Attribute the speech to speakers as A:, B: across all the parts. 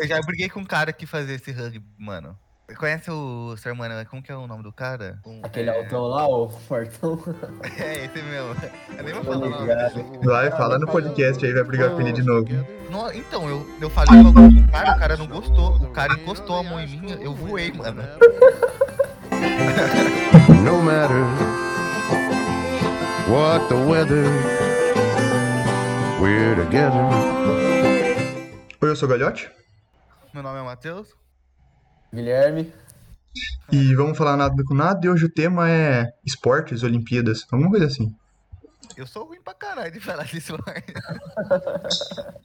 A: Eu já briguei com um cara que fazia esse rugby, mano. Conhece o seu irmão? Como que é o nome do cara? Um-
B: Aquele
A: é...
B: altão lá, o fortão.
A: É, esse mesmo. Eu nem vou
B: Tô
A: falar o nome
B: ligado.
A: dele.
C: Vai, fala no podcast aí, vai brigar com ele de novo.
A: No- então, eu, eu falei pra algum cara, o cara não gostou. O cara encostou a mão em mim, eu voei, mano.
D: No matter what the weather, we're together.
C: Oi, eu sou o Galhote
A: Meu nome é Matheus.
B: Guilherme.
C: e vamos falar nada com nada e hoje o tema é esportes, Olimpíadas, alguma coisa assim.
A: Eu sou ruim pra caralho de falar disso, mas...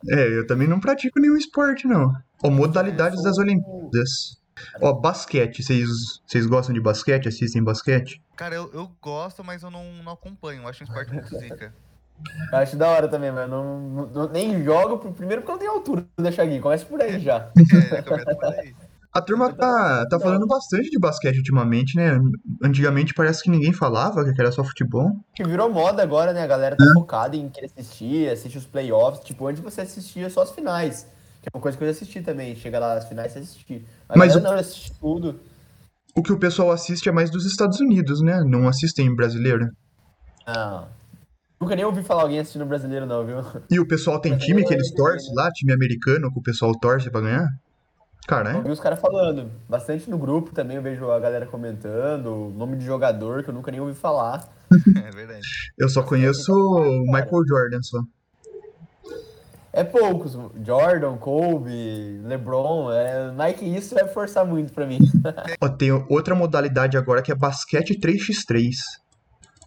C: É, eu também não pratico nenhum esporte, não. Ó, modalidades das Olimpíadas. Ó, basquete, vocês vocês gostam de basquete? Assistem basquete?
A: Cara, eu, eu gosto, mas eu não, não acompanho. Eu acho um esporte muito zica.
B: Eu acho da hora também, mas não, não- não- nem jogo pro primeiro porque eu não tenho altura da Chaguinho. Começa por aí já.
A: É, já começa por aí.
C: A turma tá, tá falando bastante de basquete ultimamente, né? Antigamente parece que ninguém falava, que era só futebol.
B: Que virou moda agora, né? A galera tá focada em querer assistir, assiste os playoffs. Tipo, antes você assistia só as finais. Que é uma coisa que eu já assisti também. Chega lá as finais e assistir. A
C: Mas
B: galera
C: o-
B: não, assiste tudo.
C: O que o pessoal assiste é mais dos Estados Unidos, né? Não assistem brasileiro.
B: Não. Nunca nem ouvi falar alguém assistindo brasileiro, não, viu?
C: E o pessoal tem time que eles torcem lá, time americano, que o pessoal torce pra ganhar?
B: Eu
C: Caralho.
B: vi os caras falando. Bastante no grupo também, eu vejo a galera comentando. Nome de jogador que eu nunca nem ouvi falar.
A: É verdade.
C: Eu só conheço o Michael Jordan só.
B: É poucos. Jordan, Kobe, LeBron. É... Nike, isso vai forçar muito pra mim.
C: Ó, tem outra modalidade agora que é basquete 3x3.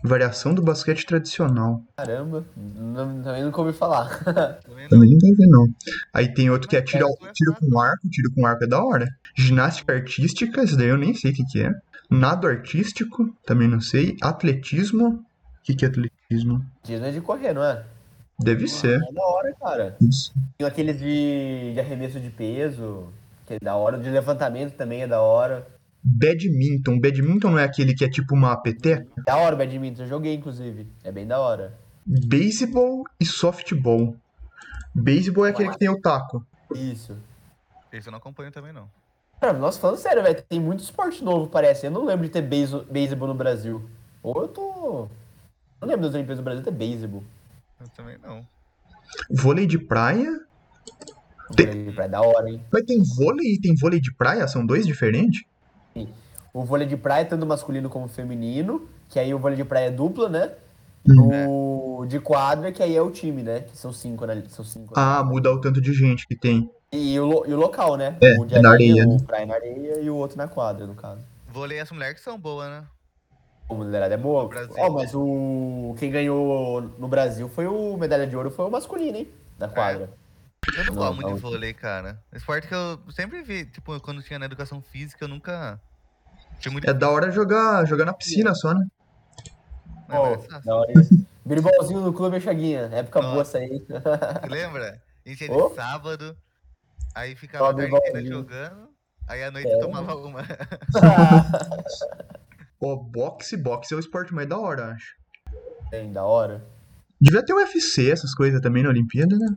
C: Variação do basquete tradicional.
B: Caramba. não- também nunca ouvi falar.
A: Tá vendo?
C: Também não tem ver, não. Aí tem outro que é tiro, ao- tiro com arco. Tiro com arco é da hora. Ginástica artística, isso daí eu nem sei o que que é. Nado artístico, também não sei. Atletismo. O que que é atletismo?
B: Diz não é de correr, não é?
C: Deve ser.
B: É da hora, cara.
C: Isso.
B: Tem aqueles de, de arremesso de peso, que é da hora. De levantamento também é da hora.
C: Badminton. Badminton não é aquele que é tipo uma peteca?
B: Da hora o badminton. Eu joguei, inclusive. É bem da hora.
C: Beisebol e softball. Beisebol é aquele que tem o taco.
B: Isso.
A: Esse eu não acompanho também, não.
B: Cara, nossa, falando sério, velho, tem muito esporte novo, parece. Eu não lembro de ter beiso- beisebol no Brasil. Ou eu tô. Não lembro das Olimpíadas do Brasil ter beisebol.
A: Eu também não.
C: Vôlei de praia.
B: Tem... Praia é da hora, hein?
C: Mas tem vôlei e tem vôlei de praia? São dois diferentes?
B: O vôlei de praia, tanto masculino como feminino, que aí o vôlei de praia é dupla, né?
C: Uhum.
B: O de quadra, que aí é o time, né? Que são cinco, né? São cinco.
C: Ah, muda o tanto de gente que tem.
B: E, o, lo- e o local, né?
C: É,
B: o de
C: é na areia,
B: o praia na areia e o outro na quadra, no caso.
A: Vou ler as mulheres que são boas, né?
B: O mulherada é boa.
A: Brasil.
B: Ó, mas o. Quem ganhou no Brasil foi o medalha de ouro, foi o masculino, hein?
A: É,
B: Na quadra.
A: Eu não
B: Não, tá
A: gosto muito de
B: não.
A: vôlei, cara. Esporte que eu sempre vi, tipo, quando tinha na educação física, eu nunca. Tinha muito.
C: É da hora jogar, jogar na piscina só, né?
A: Não, é
B: Pô,
A: né, mas-
B: da hora isso. Birbalzinho no clube, é Chaguinha. Época
A: é.
B: boa essa aí.
A: Lembra? A gente ia
B: Ô.
A: de sábado, aí ficava a
B: Sobe
A: tarde
B: igual
A: inteira
B: vinho.
A: jogando, aí à
B: É.
A: noite tomava uma.
C: Ó, boxe, boxe é o esporte mais da hora, acho.
B: Bem, da hora.
C: Devia ter UFC, essas coisas também na Olimpíada, né?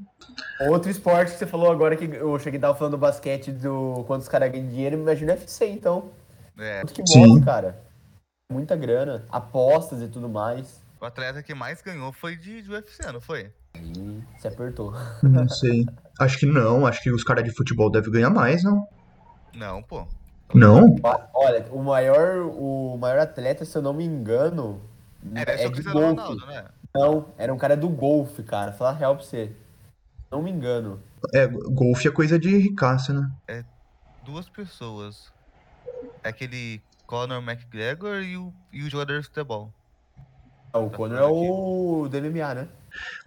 B: Outro esporte que você falou agora que eu cheguei tava falando do basquete do quanto os caras ganham dinheiro, imagina o UFC então.
A: É,
B: Quanto que
C: Sim.
B: move, cara? Muita grana, apostas e tudo mais.
A: o atleta que mais ganhou foi de, de UFC, não foi?
B: Ih, se apertou.
C: Não sei. Acho que não, acho que os caras de futebol devem ganhar mais, não?
A: Não, pô.
C: Não?
B: Olha, o maior, o maior atleta, se eu não me engano,
A: Era
B: é,
A: só o
B: de
A: Cristiano
B: golfe.
A: Ronaldo, né?
B: Não, era um cara do golfe, cara. Falar a real pra você. Não me engano.
C: É, golfe é coisa de ricaço, né?
A: Duas pessoas. É aquele Conor McGregor e o, e o jogador de futebol.
B: Ah, O
A: Tá
B: Conor é
A: falando
B: o do MMA, né?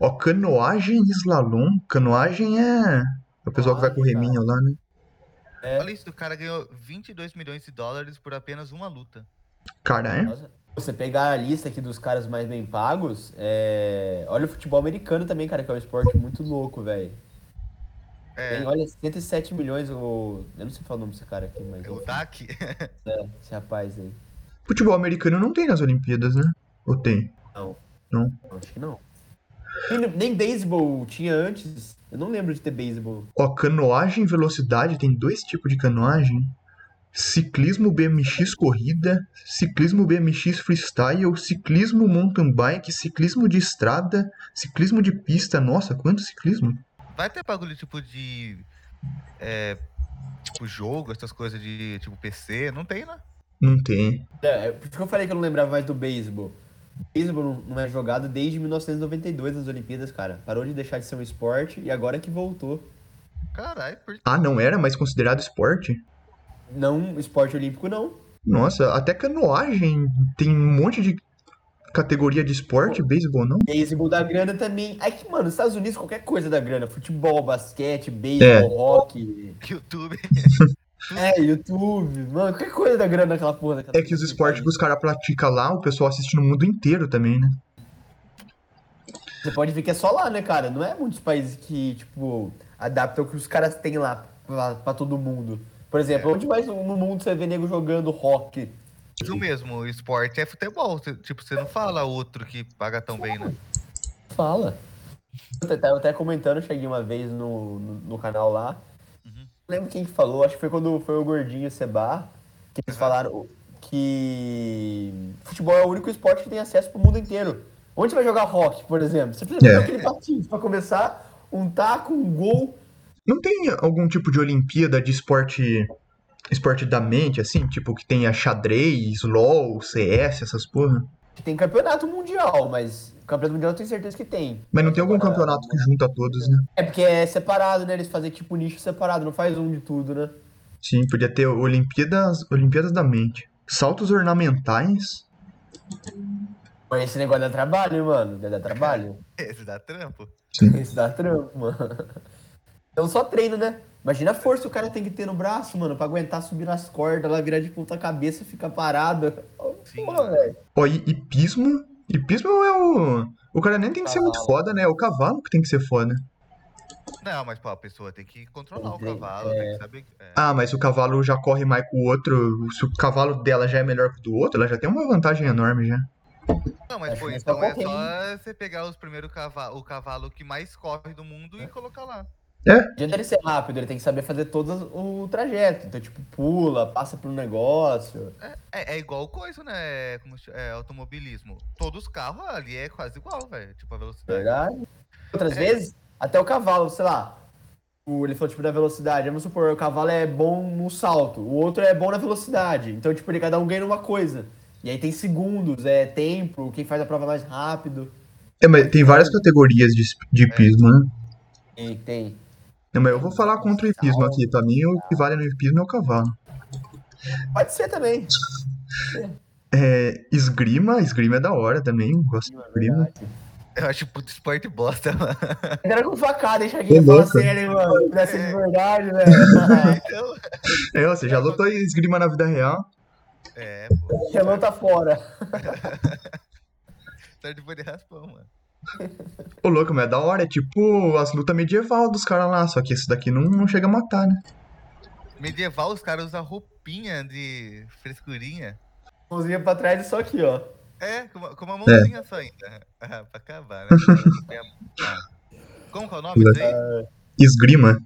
C: Ó, canoagem e slalom. Canoagem é é o pessoal que vai com o
B: Canoagem,
C: reminho lá, né?
B: É.
A: Olha isso, o cara ganhou 22 milhões de dólares por apenas uma luta.
C: Caralho.
B: Nossa. Você pegar a lista aqui dos caras mais bem pagos, é... olha o futebol americano também, cara, que é um esporte muito louco, velho.
A: É,
B: Tem, Olha, 107 milhões, o... eu não sei falar o nome desse cara aqui, mas
A: é o
B: enfim,
A: Dak.
B: é, esse rapaz aí.
C: Futebol americano não tem nas Olimpíadas, né? Ou tem?
B: Não.
C: Não?
B: Acho que não. E nem- nem beisebol tinha antes, Eu não lembro de ter beisebol.
C: Ó, canoagem e velocidade, tem dois tipos de canoagem. Ciclismo BMX corrida, ciclismo BMX freestyle, ciclismo mountain bike, ciclismo de estrada, ciclismo de pista. Nossa, quanto ciclismo.
A: Vai ter bagulho tipo de. é, tipo jogo, essas coisas de tipo PC, não tem, né?
C: Não tem.
B: É, é por isso que eu falei que eu não lembrava mais do beisebol. Beisebol não- não é jogado desde 1992 nas Olimpíadas, cara. Parou de deixar de ser um esporte e agora que voltou.
A: Caralho, por
C: Ah, não era mais considerado esporte?
B: Não esporte olímpico, não.
C: Nossa, até canoagem tem um monte de categoria de esporte, beisebol não?
B: Beisebol da grana também. Ai que, mano, nos Estados Unidos qualquer coisa da grana. Futebol, basquete,
C: É.
B: beisebol, rock.
A: que YouTube.
B: É, YouTube. Mano, qualquer coisa da grana naquela porra. daquela-
C: É que os esportes que os caras praticam lá, o pessoal assiste no mundo inteiro também, né?
B: Você pode ver que é só lá, né, cara? Não é muitos países que, tipo, adaptam o que os caras têm lá pra, pra todo mundo. Por exemplo,
C: É.
B: onde mais no mundo você vê nego jogando rock?
A: Isso mesmo, o esporte é futebol. cê- Tipo, você não fala outro que paga tão bem, né?
B: Fala. Eu tava até comentando, eu cheguei uma vez no, no, no canal lá. Não lembro quem que falou, acho que foi quando foi o Gordinho e o Seba, que eles falaram que futebol é o único esporte que tem acesso pro mundo inteiro. Onde você vai jogar rock, por exemplo? Você precisa
C: É.
B: jogar aquele patins pra começar, um taco, um gol.
C: Não tem algum tipo de Olimpíada de esporte esporte da mente, assim? Tipo, que tenha xadrez, LOL, CS, essas porra?
B: Tem campeonato mundial, mas campeonato mundial eu tenho certeza que tem.
C: Mas não tem algum campeonato que junta todos, né?
B: É porque é separado, né? Eles fazem tipo nicho separado, não faz um de tudo, né?
C: Sim, podia ter Olimpíadas, Olimpíadas da mente. Saltos ornamentais.
B: Mas esse negócio dá trabalho, hein, mano. Dá trabalho.
A: Esse dá trampo.
B: Isso dá trampo, mano. Então só treino, né? Imagina a força que o cara tem que ter no braço, mano, pra aguentar subir nas cordas, lá virar de ponta cabeça, ficar parado.
A: Sim,
B: Porra,
A: mano.
B: velho.
C: Ó, e e pismo? E pismo é o. O cara nem tem que ser muito
B: Cavalo.
C: foda, né? É o cavalo que tem que ser foda.
A: Não, mas pô, a pessoa tem que controlar o
B: Entendi,
A: cavalo, tem que saber. é,
C: Ah, mas o cavalo já corre mais com o outro. Se o cavalo dela já é melhor que o do outro, ela já tem uma vantagem enorme já.
A: Não, mas
B: Acho
A: pô,
B: que não é
A: então
B: pra
A: é
B: correr,
A: só você pegar os primeiros cavalo, o cavalo que mais corre do mundo
B: É.
A: e colocar lá.
B: Não adianta ele ser rápido, ele tem que saber fazer todo o trajeto. Então, tipo, pula, passa pro negócio.
A: É, é igual coisa, né? Como se- é, automobilismo. Todos os carros ali é quase igual, velho. Tipo, a velocidade.
B: Verdade. tá Outras vezes, até o cavalo, sei lá. O, ele falou, tipo, da velocidade. Vamos supor, o cavalo é bom no salto, o outro é bom na velocidade. Então, tipo, ele, cada um ganha uma coisa. E aí tem segundos, é tempo, quem faz a prova mais rápido.
C: É, mas tem várias categorias de, de
B: É.
C: pismo, né?
B: Tem, tem.
C: Não, mas eu vou falar contra o hipismo aqui. Pra mim, o que vale no hipismo é o cavalo.
B: Pode ser também.
C: É, esgrima, esgrima é da hora também. eu Gosto de esgrima.
B: Verdade.
A: Eu acho puto esporte bosta, mano.
B: Era com facada, hein, Chaguinho?
C: Ô,
B: Fala
C: louco.
B: sério, mano. Se pudesse ser de verdade, velho.
A: Então,
C: É, você já lutou esgrima na vida real?
A: é, pô.
B: Relão tá fora.
A: Tá de boi de raspão, mano.
C: Ô, louco, mas é da hora. É tipo as lutas medieval dos caras lá. Só que esse daqui não, não chega a matar, né?
A: Medieval, os caras usam roupinha de frescurinha.
B: Mãozinha pra trás e só aqui, ó.
A: É, com uma, com uma mãozinha só ainda. Ah, pra acabar, né? Como que é o nome disso aí?
C: Esgrima.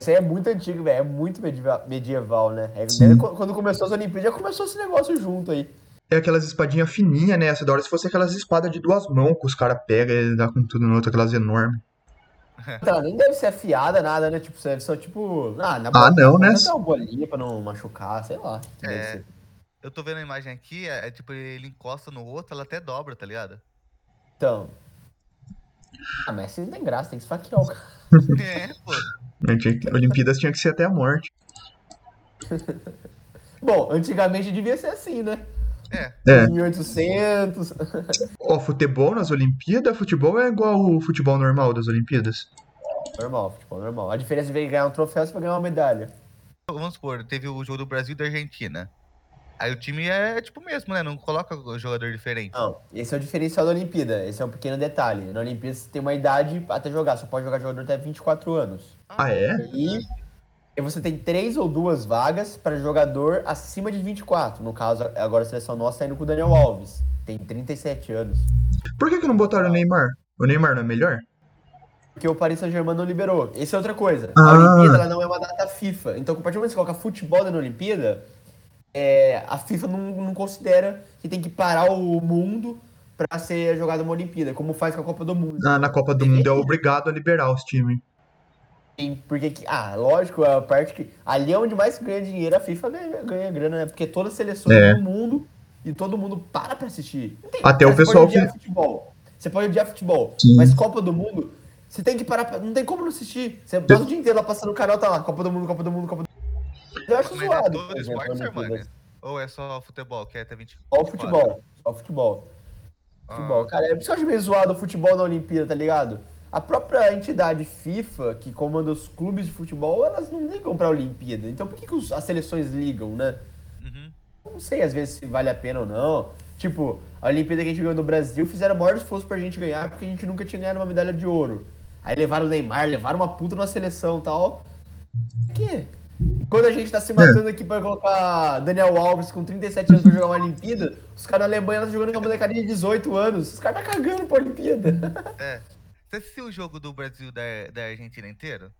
B: Isso aí é muito antigo, velho. É muito medieval, medieval né? É, deve- quando começou as Olimpíadas, já começou esse negócio junto aí.
C: É aquelas espadinhas fininhas, né? Essa da hora se fosse aquelas espadas de duas mãos que os caras pegam e dá com tudo no outro, aquelas enormes.
B: Ela nem deve ser afiada, nada, né? Tipo, serve só tipo. Ah, na
C: Ah, não, né?
B: Dá uma bolinha pra não machucar, sei lá. que deve
A: É.
B: ser.
A: Eu tô vendo a imagem aqui, é, é tipo, ele encosta no outro, ela até dobra, tá ligado?
B: Então. Ah, mas isso não tem graça, tem que esfaquear o cara.
A: É, pô.
C: Né? Tinha que- Olimpíadas tinha que ser até a morte.
B: Bom, antigamente devia ser assim, né?
A: É.
C: É.
B: 1800.
C: Ó, futebol nas Olimpíadas, futebol é igual o futebol normal das Olimpíadas.
B: Normal, futebol normal. A diferença é ganhar um troféu você vai ganhar uma medalha.
A: Vamos supor, teve o jogo do Brasil e da Argentina. Aí o time é tipo mesmo, né? Não coloca o jogador diferente.
B: Não, esse é o diferencial da Olimpíada. Esse é um pequeno detalhe. Na Olimpíada você tem uma idade até jogar, só pode jogar jogador até 24 anos.
C: Ah, é?
B: E e você tem três ou duas vagas para jogador acima de 24. No caso, agora a seleção nossa tá indo com o Daniel Alves. Tem 37 anos.
C: Por que, que não botaram o Neymar? O Neymar não é melhor?
B: porque o Paris Saint-Germain não liberou. Essa é outra coisa. A
C: Ah.
B: Olimpíada ela não é uma data FIFA. Então, a partir do momento que você coloca futebol na Olimpíada, é, a FIFA não, não considera que tem que parar o mundo pra ser jogada uma Olimpíada, como faz com a Copa do Mundo.
C: Na, na Copa do Mundo é obrigado a liberar os times.
B: Tem- Porque, que- ah, lógico, a parte que. Ali é onde mais ganha dinheiro, a FIFA ganha, ganha grana, né? Porque todas as seleções
C: É.
B: do mundo e todo mundo para pra assistir. Não tem-
C: Até o
B: cara, você
C: pessoal
B: pode odiar
C: que-
B: futebol. Você pode odiar futebol,
C: Sim.
B: mas Copa do Mundo, você tem que parar. pra- Não tem como não assistir. Você passa o dia inteiro lá passando o canal, tá lá. Copa do Mundo, Copa do Mundo, Copa do Mundo. Eu acho
A: Mas é
B: Tá zoado.
A: todo
B: por exemplo,
A: esporte,
B: Olimpíadas.
A: Armani? Ou é só futebol, que é até 20
B: Só o futebol. Só o futebol. Futebol, cara, é por isso que eu acho meio zoado o futebol na Olimpíada, tá ligado? A própria entidade FIFA, que comanda os clubes de futebol, elas não ligam pra Olimpíada. Então por que, que os- as seleções ligam, né?
A: Uhum.
B: Não sei às vezes se vale a pena ou não. Tipo, a Olimpíada que a gente ganhou no Brasil fizeram o maior esforço pra gente ganhar, porque a gente nunca tinha ganhado uma medalha de ouro. Aí levaram o Neymar, levaram uma puta na seleção e tal. Por quê? Quando a gente tá se matando aqui pra colocar Daniel Alves com 37 anos pra jogar uma Olimpíada, os caras na Alemanha estão jogando com a molecadinha de 18 anos. Os caras tá cagando pra Olimpíada.
A: É. Você assistiu o jogo do Brasil da, da Argentina inteiro?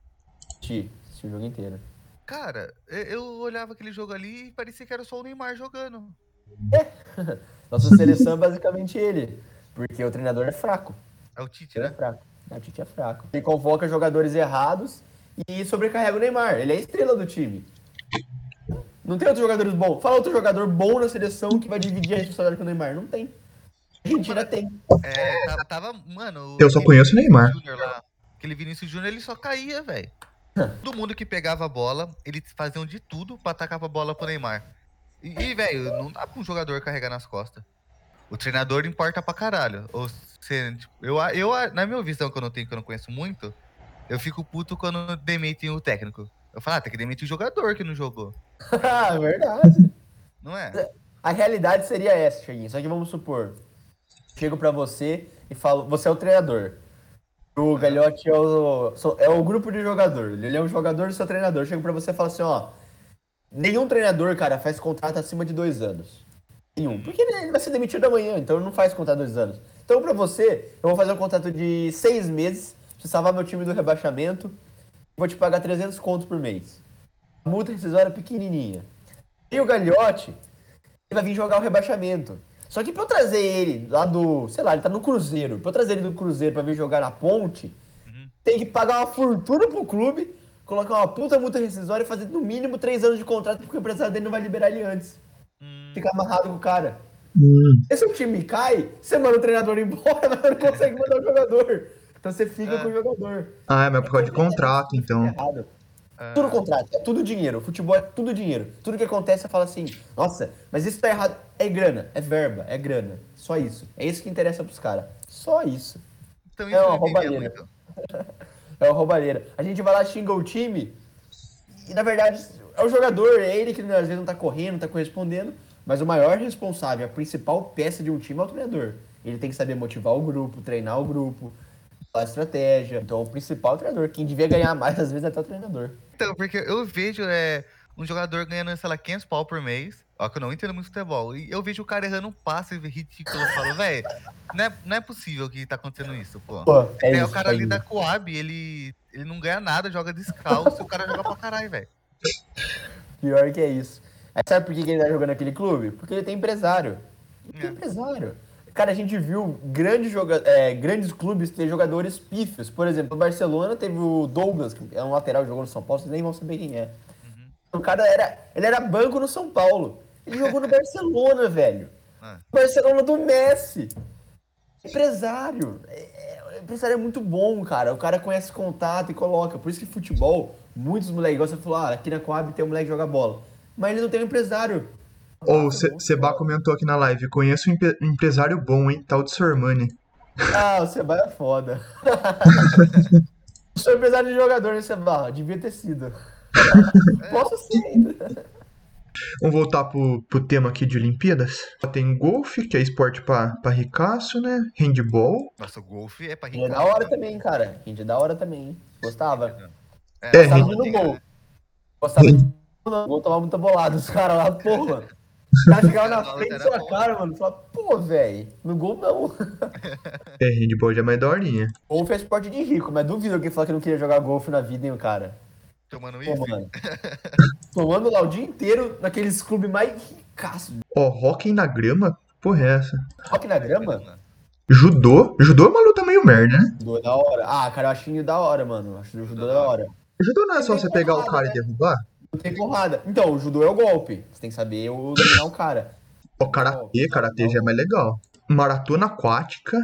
B: Assisti, assisti o jogo inteiro.
A: Cara, eu- eu olhava aquele jogo ali e parecia que era só o Neymar jogando.
B: Nossa seleção é basicamente ele, porque o treinador é fraco.
A: É o Tite,
B: Ele é
A: né?
B: fraco. O Tite é fraco. Ele convoca jogadores errados e sobrecarrega o Neymar. Ele é a estrela do time. Não tem outros jogadores bons. Fala outro jogador bom na seleção que vai dividir a responsabilidade com o Neymar. Não tem. A Argentina tem.
A: É, tava, tava mano. o
C: Eu só
A: Vinícius
C: conheço o Neymar.
A: Júnior lá, Aquele Vinícius Júnior, ele só caía, velho. Todo mundo que pegava a bola, eles faziam de tudo pra atacar a bola pro Neymar. E, e, velho, não dá pra um jogador carregar nas costas. O treinador importa pra caralho. Ou se- tipo, eu, a- eu, a- na minha visão, que eu não tenho, que eu não conheço muito, eu fico puto quando demitem o técnico. Eu falo, ah, tem que demitir o jogador que não jogou.
B: Ah, é verdade.
A: Não é?
B: A realidade seria essa, Thiaguinho. Só que vamos supor. Chego pra você e falo, você é o treinador. O Galhote é o, sou- é o grupo de jogador. Ele é um jogador e seu treinador. Chego pra você e falo assim, ó. Nenhum treinador, cara, faz contrato acima de dois anos. Nenhum. Porque ele ele vai ser demitido amanhã, então ele não faz contrato de dois anos. Então, pra você, eu vou fazer um contrato de seis meses, pra salvar meu time do rebaixamento, vou te pagar 300 contos por mês. Multa rescisória é pequenininha. E o Galhote, ele vai vir jogar o rebaixamento. Só que pra eu trazer ele lá do, sei lá, ele tá no Cruzeiro. Pra eu trazer ele do Cruzeiro pra vir jogar na ponte, tem que pagar uma fortuna pro clube, colocar uma puta multa rescisória e fazer no mínimo três anos de contrato, porque o empresário dele não vai liberar ele antes. Ficar amarrado com o cara.
C: Hum,
B: Esse o time cai, você manda o treinador embora, mas não consegue mandar o jogador. Então você fica
A: É.
B: com o jogador.
C: Ah, é, mas por causa de contrato, então.
B: Errado. Tudo contrato, é tudo dinheiro. Futebol é tudo dinheiro. Tudo que acontece, você fala assim, nossa, mas isso tá errado. É grana, é verba, é grana. Só isso. É isso que interessa pros caras. Só isso.
A: Então
B: É
A: isso eu
B: uma
A: entendia
B: roubalheira.
A: muito.
B: É uma roubalheira. A gente vai lá, xinga o time, e na verdade é o jogador, é ele que às vezes não tá correndo, não tá correspondendo, mas o maior responsável, a principal peça de um time é o treinador. Ele tem que saber motivar o grupo, treinar o grupo, falar estratégia. Então, o principal é o treinador. Quem devia ganhar mais, às vezes, é até o treinador.
A: Então, porque eu vejo é, um jogador ganhando, sei lá, 500 pau por mês. Ó, que eu não entendo muito futebol. E eu vejo o cara errando um passe ridículo. Eu falo, velho, não é, não é possível que tá acontecendo isso, pô.
B: Pô, é
A: É,
B: isso.
A: o cara ali
B: Thiaguinho.
A: da Coab, ele, ele não ganha nada, joga descalço. o cara joga pra caralho, velho.
B: Pior que é isso. Aí sabe por que que ele tá jogando aquele clube? Porque ele tem empresário. Ele tem
A: É.
B: empresário. Cara, a gente viu grandes, joga é, grandes clubes ter jogadores pífios. Por exemplo, o Barcelona teve o Douglas, que é um lateral que jogou no São Paulo, vocês nem vão saber quem é.
A: Uhum.
B: O cara era, ele era banco no São Paulo. Ele jogou no Barcelona, velho.
A: Ah.
B: Barcelona do Messi. Empresário. É, é, o empresário é muito bom, cara. O cara conhece contato e coloca. Por isso que futebol, muitos moleques gostam de falar, ah, aqui na Coab tem um moleque que joga bola. Mas ele não tem um empresário.
C: Ou o Se- Seba comentou aqui na live: conheço um empre- empresário bom, hein? Tal de Sormani.
B: Ah, o Seba é foda. Sou empresário de jogador, né, Seba? Devia ter sido. Posso ser ainda.
C: Vamos voltar pro, pro tema aqui de Olimpíadas. Tem golfe, que é esporte pra, pra ricaço, né? Handball.
A: Nossa, o golfe é pra
B: Ele é
A: rico.
B: da hora também, cara. Gente, é da hora também. hein? Gostava.
A: É,
C: É,
B: tá
A: não né?
B: Gostava de ir no
A: tem-
B: gol. Gostava de ir no gol, tomava muita bolada. Os caras lá, porra. cara chegava na
A: Era
B: frente da
A: bom,
B: sua
A: era bom.
B: cara, mano. Falava, pô, velho, no gol não.
C: É, handball já é mais daorinha.
B: Golfe é esporte de rico, mas duvido alguém falar que não queria jogar golfe na vida, hein, o cara.
A: Tomando
B: Pô,
A: isso?
B: mano. Tomando lá o dia inteiro naqueles clubes mais ricaços.
C: Ó, hóquei na grama, que porra é essa?
B: Rock na grama?
C: Judô? Judô é uma luta meio merda, né?
B: Judô da hora. Ah, cara, eu achinho da hora, mano. Acho o judô da hora.
C: Judô não é só você pegar o cara e derrubar?
B: Não tem porrada. Então, o judô é o golpe. Você tem que saber o- dominar o cara.
C: Ó, karatê, karatê já é mais legal. Maratona aquática,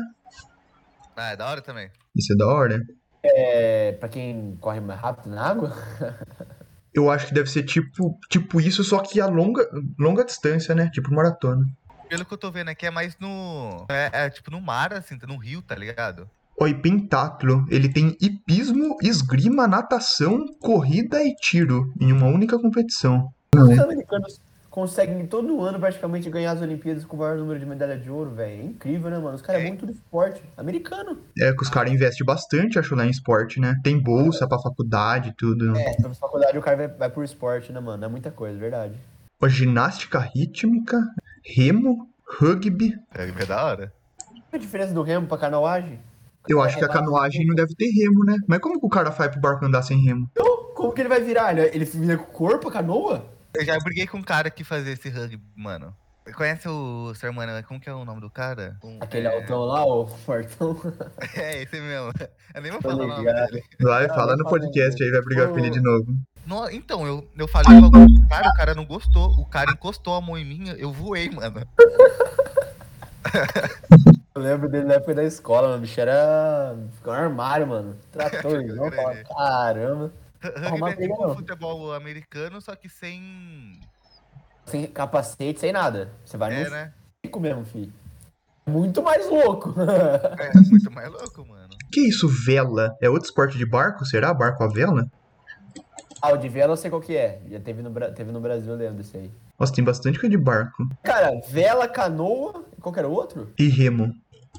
A: Ah, é da hora também.
C: isso é da hora, né?
B: É, pra quem corre mais rápido na água,
C: Eu acho que deve ser tipo, tipo isso, só que a longa, longa distância, né? Tipo maratona.
A: Pelo que eu tô vendo aqui, é mais no. É, é tipo no mar, assim, tá no rio, tá ligado?
C: Ó, e pentatlo, ele tem hipismo, esgrima, natação, corrida e tiro em uma única competição.
B: os americanos conseguem todo ano praticamente ganhar as Olimpíadas com o maior número de medalha de ouro, velho. É incrível, né, mano? Os caras é
A: Quem?
B: bom em tudo esporte. Americano.
C: É que os caras investem bastante, acho, lá em esporte, né? Tem bolsa pra faculdade e tudo. né?
B: É, pra faculdade o cara vai, vai por esporte, né, mano? É muita coisa, verdade.
C: Ó, ginástica rítmica, remo, rugby.
A: É, é da hora.
B: Qual é a diferença do remo pra canoagem?
C: Eu
B: É,
C: acho que a canoagem não deve ter remo, né? Mas como que o cara faz pro barco andar sem remo?
B: Então, Como que ele vai virar? Ele, ele vira com o corpo, a canoa?
A: Eu já briguei com um cara que fazia esse rugby, mano. Conhece o seu irmão? Como que é o nome do cara? Um-
B: Aquele
A: é,
B: altão lá, o fortão.
A: é, esse mesmo. Eu nem vou
B: Tô
A: falar o nome
B: ligado.
C: Vai,
B: Não,
C: fala
B: não
C: no
B: fala
C: podcast
B: não.
C: aí, vai brigar com ele de novo.
A: No- então, eu, eu falei pra algum cara, o cara não gostou. O cara encostou a mão em mim, eu voei, mano.
B: Eu lembro dele na época da escola, mano. O bicho era. Ficou um armário, mano. Trator, não, falava, caramba.
A: Rugby
B: mas
A: é tipo
B: pega não.
A: futebol americano, só que sem.
B: Sem capacete, sem nada. Você vai
A: É,
B: no
A: né?
B: fico mesmo, filho. Muito mais louco.
A: É muito mais louco, mano.
C: Que isso, vela? É outro esporte de barco? Será? Barco a vela?
B: ah, o de vela eu sei qual que é. Já teve no, Bra- teve no Brasil, eu lembro desse aí.
C: Nossa, tem bastante coisa de barco.
B: Cara, vela, canoa, qualquer outro?
C: E remo.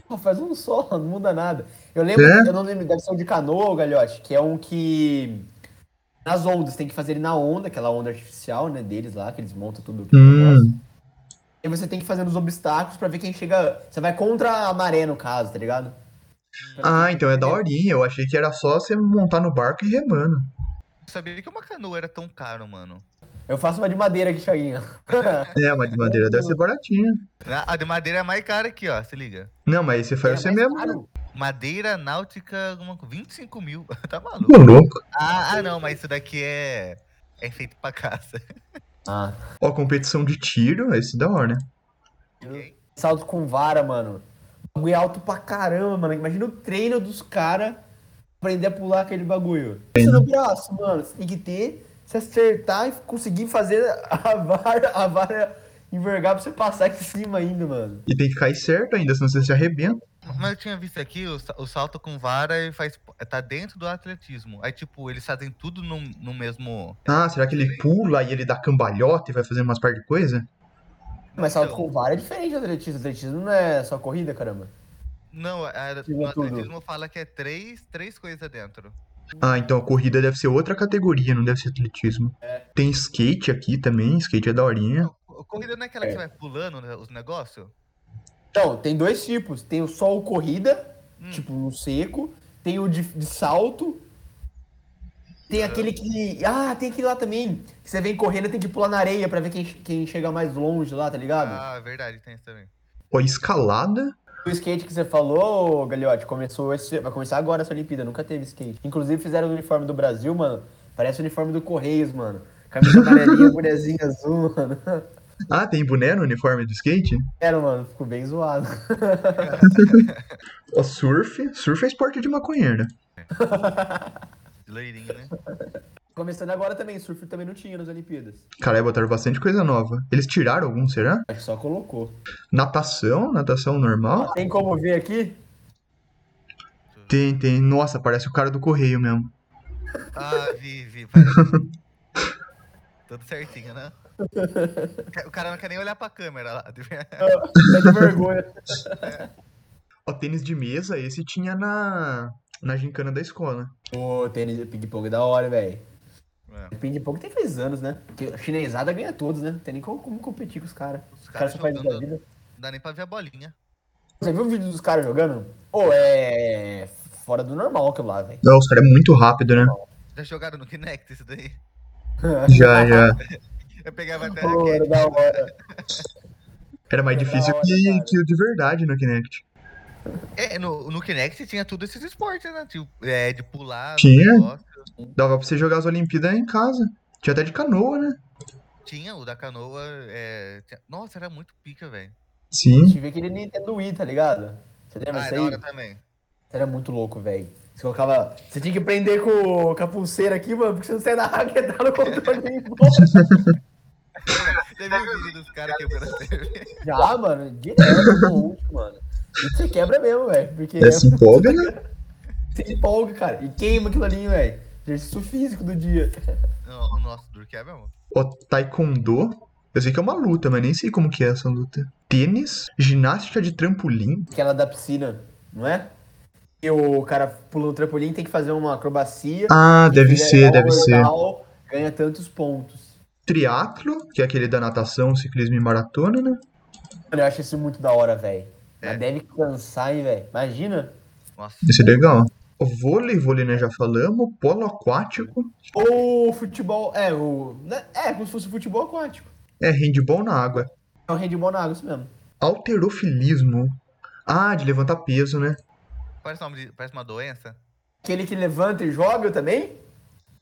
B: Pô, faz um só, não muda nada. Eu lembro,
C: É?
B: eu não lembro, deve ser um de canoa, o Galhote, que é um que. Nas ondas, tem que fazer ele na onda, aquela onda artificial, né, deles lá, que eles montam tudo. aquele negócio.
C: Hum,
B: E você tem que fazer nos obstáculos pra ver quem chega. Você vai contra a maré, no caso, tá ligado?
C: Ah, então é daorinha. Eu achei que era só você montar no barco e remando.
A: Eu sabia que uma canoa era tão caro, mano.
B: Eu faço uma de madeira aqui, Chaguinha.
C: É, mas de madeira deve ser baratinha.
A: A a de madeira é mais cara aqui, ó. Se liga.
C: Não, mas tá aí você faz você
B: É mais
C: assim mesmo. né?
B: caro.
A: Madeira náutica, alguma coisa. 25 mil. tá maluco?
C: Ô, louco.
A: Ah, ah, não, mas isso daqui é. É feito pra caça.
B: Ah.
C: Ó, competição de tiro, esse da hora, né?
B: Salto com vara, mano. Bagulho é alto pra caramba, mano. Imagina o treino dos caras aprender a pular aquele bagulho. Isso no braço, mano. Você tem que ter, se acertar e conseguir fazer a vara, a vara envergar pra você passar aqui em cima ainda, mano.
C: E tem que cair certo ainda, senão você se arrebenta.
A: Mas eu tinha visto aqui, o, sa- o salto com vara ele faz, tá dentro do atletismo. Aí, tipo, eles fazem tudo no, no mesmo.
C: Ah, será que ele pula e ele dá cambalhota e vai fazendo umas par de coisa?
B: Mas salto
A: Então.
B: com vara é diferente do atletismo. Atletismo não é só corrida, caramba.
A: Não, era,
B: Tudo,
A: no
B: Tipo tudo.
A: atletismo fala que é três, três coisas dentro.
C: Ah, então a corrida deve ser outra categoria, não deve ser atletismo. Tem skate aqui também, skate é daorinha.
A: Não, co- corrida não é aquela que você vai pulando né, os negócios?
B: Então, tem dois tipos. Tem o só o corrida,
A: Hum.
B: tipo no seco. Tem o de, de salto. Tem aquele que. Ah, tem aquele lá também. Que você vem correndo tem que pular na areia pra ver quem, quem chega mais longe lá, tá ligado?
A: Ah, verdade, tem isso também.
C: Ó, escalada.
B: O skate que você falou, ô, Galiote, começou esse, vai começar agora essa Olimpíada. Nunca teve skate. Inclusive fizeram o uniforme do Brasil, mano. Parece o uniforme do Correios, mano. Camisa amarelinha, bonezinho azul, mano.
C: Ah, tem boné no uniforme do skate?
B: Era, mano, ficou bem zoado.
C: Ó, surf. Surf é esporte de maconheiro.
A: Leirinho, né?
B: Começando agora também, surf também não tinha nas Olimpíadas.
C: Caralho, botaram bastante coisa nova. Eles tiraram algum, será?
B: Acho que só colocou.
C: Natação, natação normal.
B: Tem como ver aqui?
C: Tem, tem. Nossa, parece o cara do correio mesmo.
A: Ah, vi, vi. parece. Tudo certinho, né? O cara não quer nem olhar pra câmera lá.
B: Tá de vergonha.
C: Ó, tênis de mesa, esse tinha na, na gincana da escola.
B: Pô, tênis de ping-pong é da hora, velho.
A: É.
B: Depende de pouco, tem faz anos, né? Porque a chinesada ganha todos, né? Não tem nem como, como competir com os caras.
A: Os
B: Os caras só fazem isso da
A: jogando,
B: vida.
A: não dá nem pra ver a bolinha.
B: Você viu o vídeo dos caras jogando? Pô, é. Fora do normal aquilo lá, velho.
C: Não, os caras é muito rápido, né?
A: Já jogaram no Kinect isso daí?
C: Já, já.
A: Eu pegava até
B: Pô,
A: aquele.
B: era da
A: é.
B: hora.
C: Era mais
B: É da
C: difícil
B: hora,
C: que,
B: cara.
C: que o de verdade no Kinect.
A: É, no, no Kinect tinha tudo esses esportes, né? Tipo, é, de pular,
C: Tinha?
A: negócio.
C: Dava pra você jogar as Olimpíadas em casa. Tinha até de canoa, né?
A: Tinha o da canoa. é, tinha- Nossa, era muito pica, velho.
C: Sim.
B: Tive aquele Nintendo Wii, tá ligado? Você lembra
A: Ah, é
B: disso
A: da
B: aí?
A: hora também.
B: Era muito louco, velho. Você colocava. Você tinha que prender com, com a pulseira aqui, mano, porque se você na raquetar no controle e ir embora.
A: Você viu o vídeo dos caras quebrando a TV?
B: Já, mano, direto no último, mano. E você quebra mesmo, velho. Porque
C: É, se empolga, né?
B: você empolga, cara. E queima aquilo ali, velho. Exercício físico do dia.
A: Não, Nossa, duro que é mesmo.
C: O taekwondo. Eu sei que é uma luta, mas nem sei como que é essa luta. Tênis, ginástica de trampolim.
B: Aquela da piscina, não é? E o cara pula no trampolim tem que fazer uma acrobacia.
C: Ah,
B: Se
C: deve
B: fizer
C: ser,
B: tal
C: deve
B: ou
C: ser.
B: tal, Ganha tantos pontos.
C: Triatlo, que é aquele da natação, ciclismo e maratona, né?
B: Mano, eu acho isso muito da hora, velho.
A: É.
B: Mas deve cansar, hein, velho. Imagina.
A: Nossa.
C: Isso é legal. O vôlei, vôlei, né? Já falamos. Polo aquático.
B: Ou futebol. É, o. né? É, como se fosse futebol aquático.
C: É handball na água.
B: É um handball na água, isso mesmo.
C: Alterofilismo. Ah, de levantar peso, né?
A: Parece uma, parece uma doença?
B: Aquele que levanta e joga também?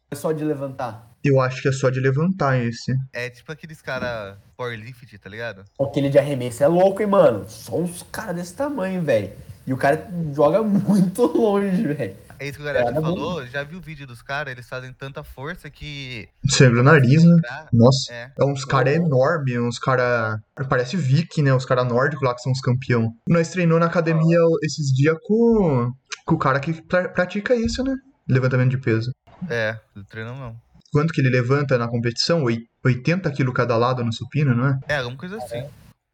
B: É só de levantar.
C: Eu acho que é só de levantar esse.
A: É tipo aqueles caras powerlift, tá ligado?
B: Aquele de arremesso é louco, hein, mano? Só uns caras desse tamanho, velho. E o cara joga muito longe, velho.
A: É isso que o galera
B: Cara,
A: falou. Já viu o vídeo dos caras? Eles fazem tanta força que.
C: Sangra o nariz, né?
A: Pra-
C: Nossa.
A: É.
C: É uns cara enorme, uns cara. Parece viking, né? Os cara nórdicos lá que são os campeão. Nós treinou na academia esses dias com, com o cara que pra- pratica isso, né? Levantamento de peso.
A: É, do treino não.
C: Quanto que ele levanta na competição? Oi- 80 quilos cada lado no supino, não é?
A: É, alguma coisa assim.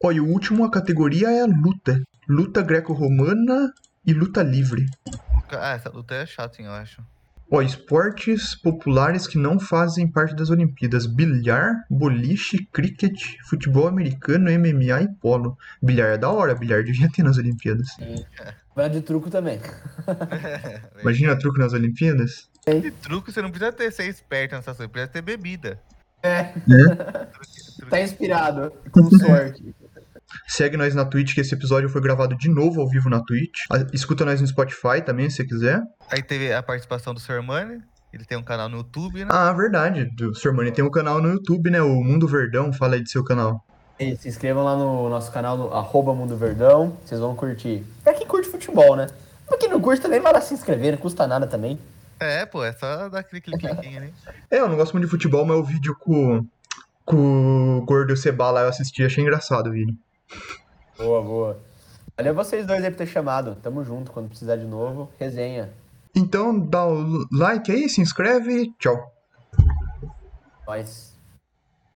C: Ó, e o último, a categoria é a luta. Luta greco-romana e luta livre.
A: Ah, essa luta é chata, hein, eu acho.
C: Ó, esportes populares que não fazem parte das Olimpíadas: bilhar, boliche, cricket, futebol americano, MMA e polo. Bilhar é da hora, bilhar devia ter nas Olimpíadas.
B: Vai de truco também.
C: Imagina truco nas Olimpíadas?
A: De truco, você não precisa ter, ser esperto nessa coisa, precisa ter bebida.
B: É,
A: Truque-
B: tá inspirado, com sorte.
C: Segue nós na Twitch, que esse episódio foi gravado de novo ao vivo na Twitch. A- Escuta nós no Spotify também, se você quiser.
A: Aí teve a participação do Sermani, ele tem um canal no YouTube, né?
C: Ah, verdade. do- Sr. Mani tem um canal no YouTube, né? O Mundo Verdão. Fala aí do seu canal.
B: E se inscrevam lá no nosso canal, no arroba Mundo Verdão. Vocês vão curtir. Pra quem curte futebol, né? Pra quem não curte também, vai lá se inscrever, não custa nada também.
A: É, pô, é só dar aquele cliquinho, né?
C: É, eu não gosto muito de futebol, mas o vídeo com, com o Gordo Seba lá eu assisti, achei engraçado o vídeo.
B: Boa, boa. Valeu vocês dois aí por ter chamado. Tamo junto, quando precisar de novo, resenha.
C: Então dá o like aí, se inscreve e tchau.
B: Nós.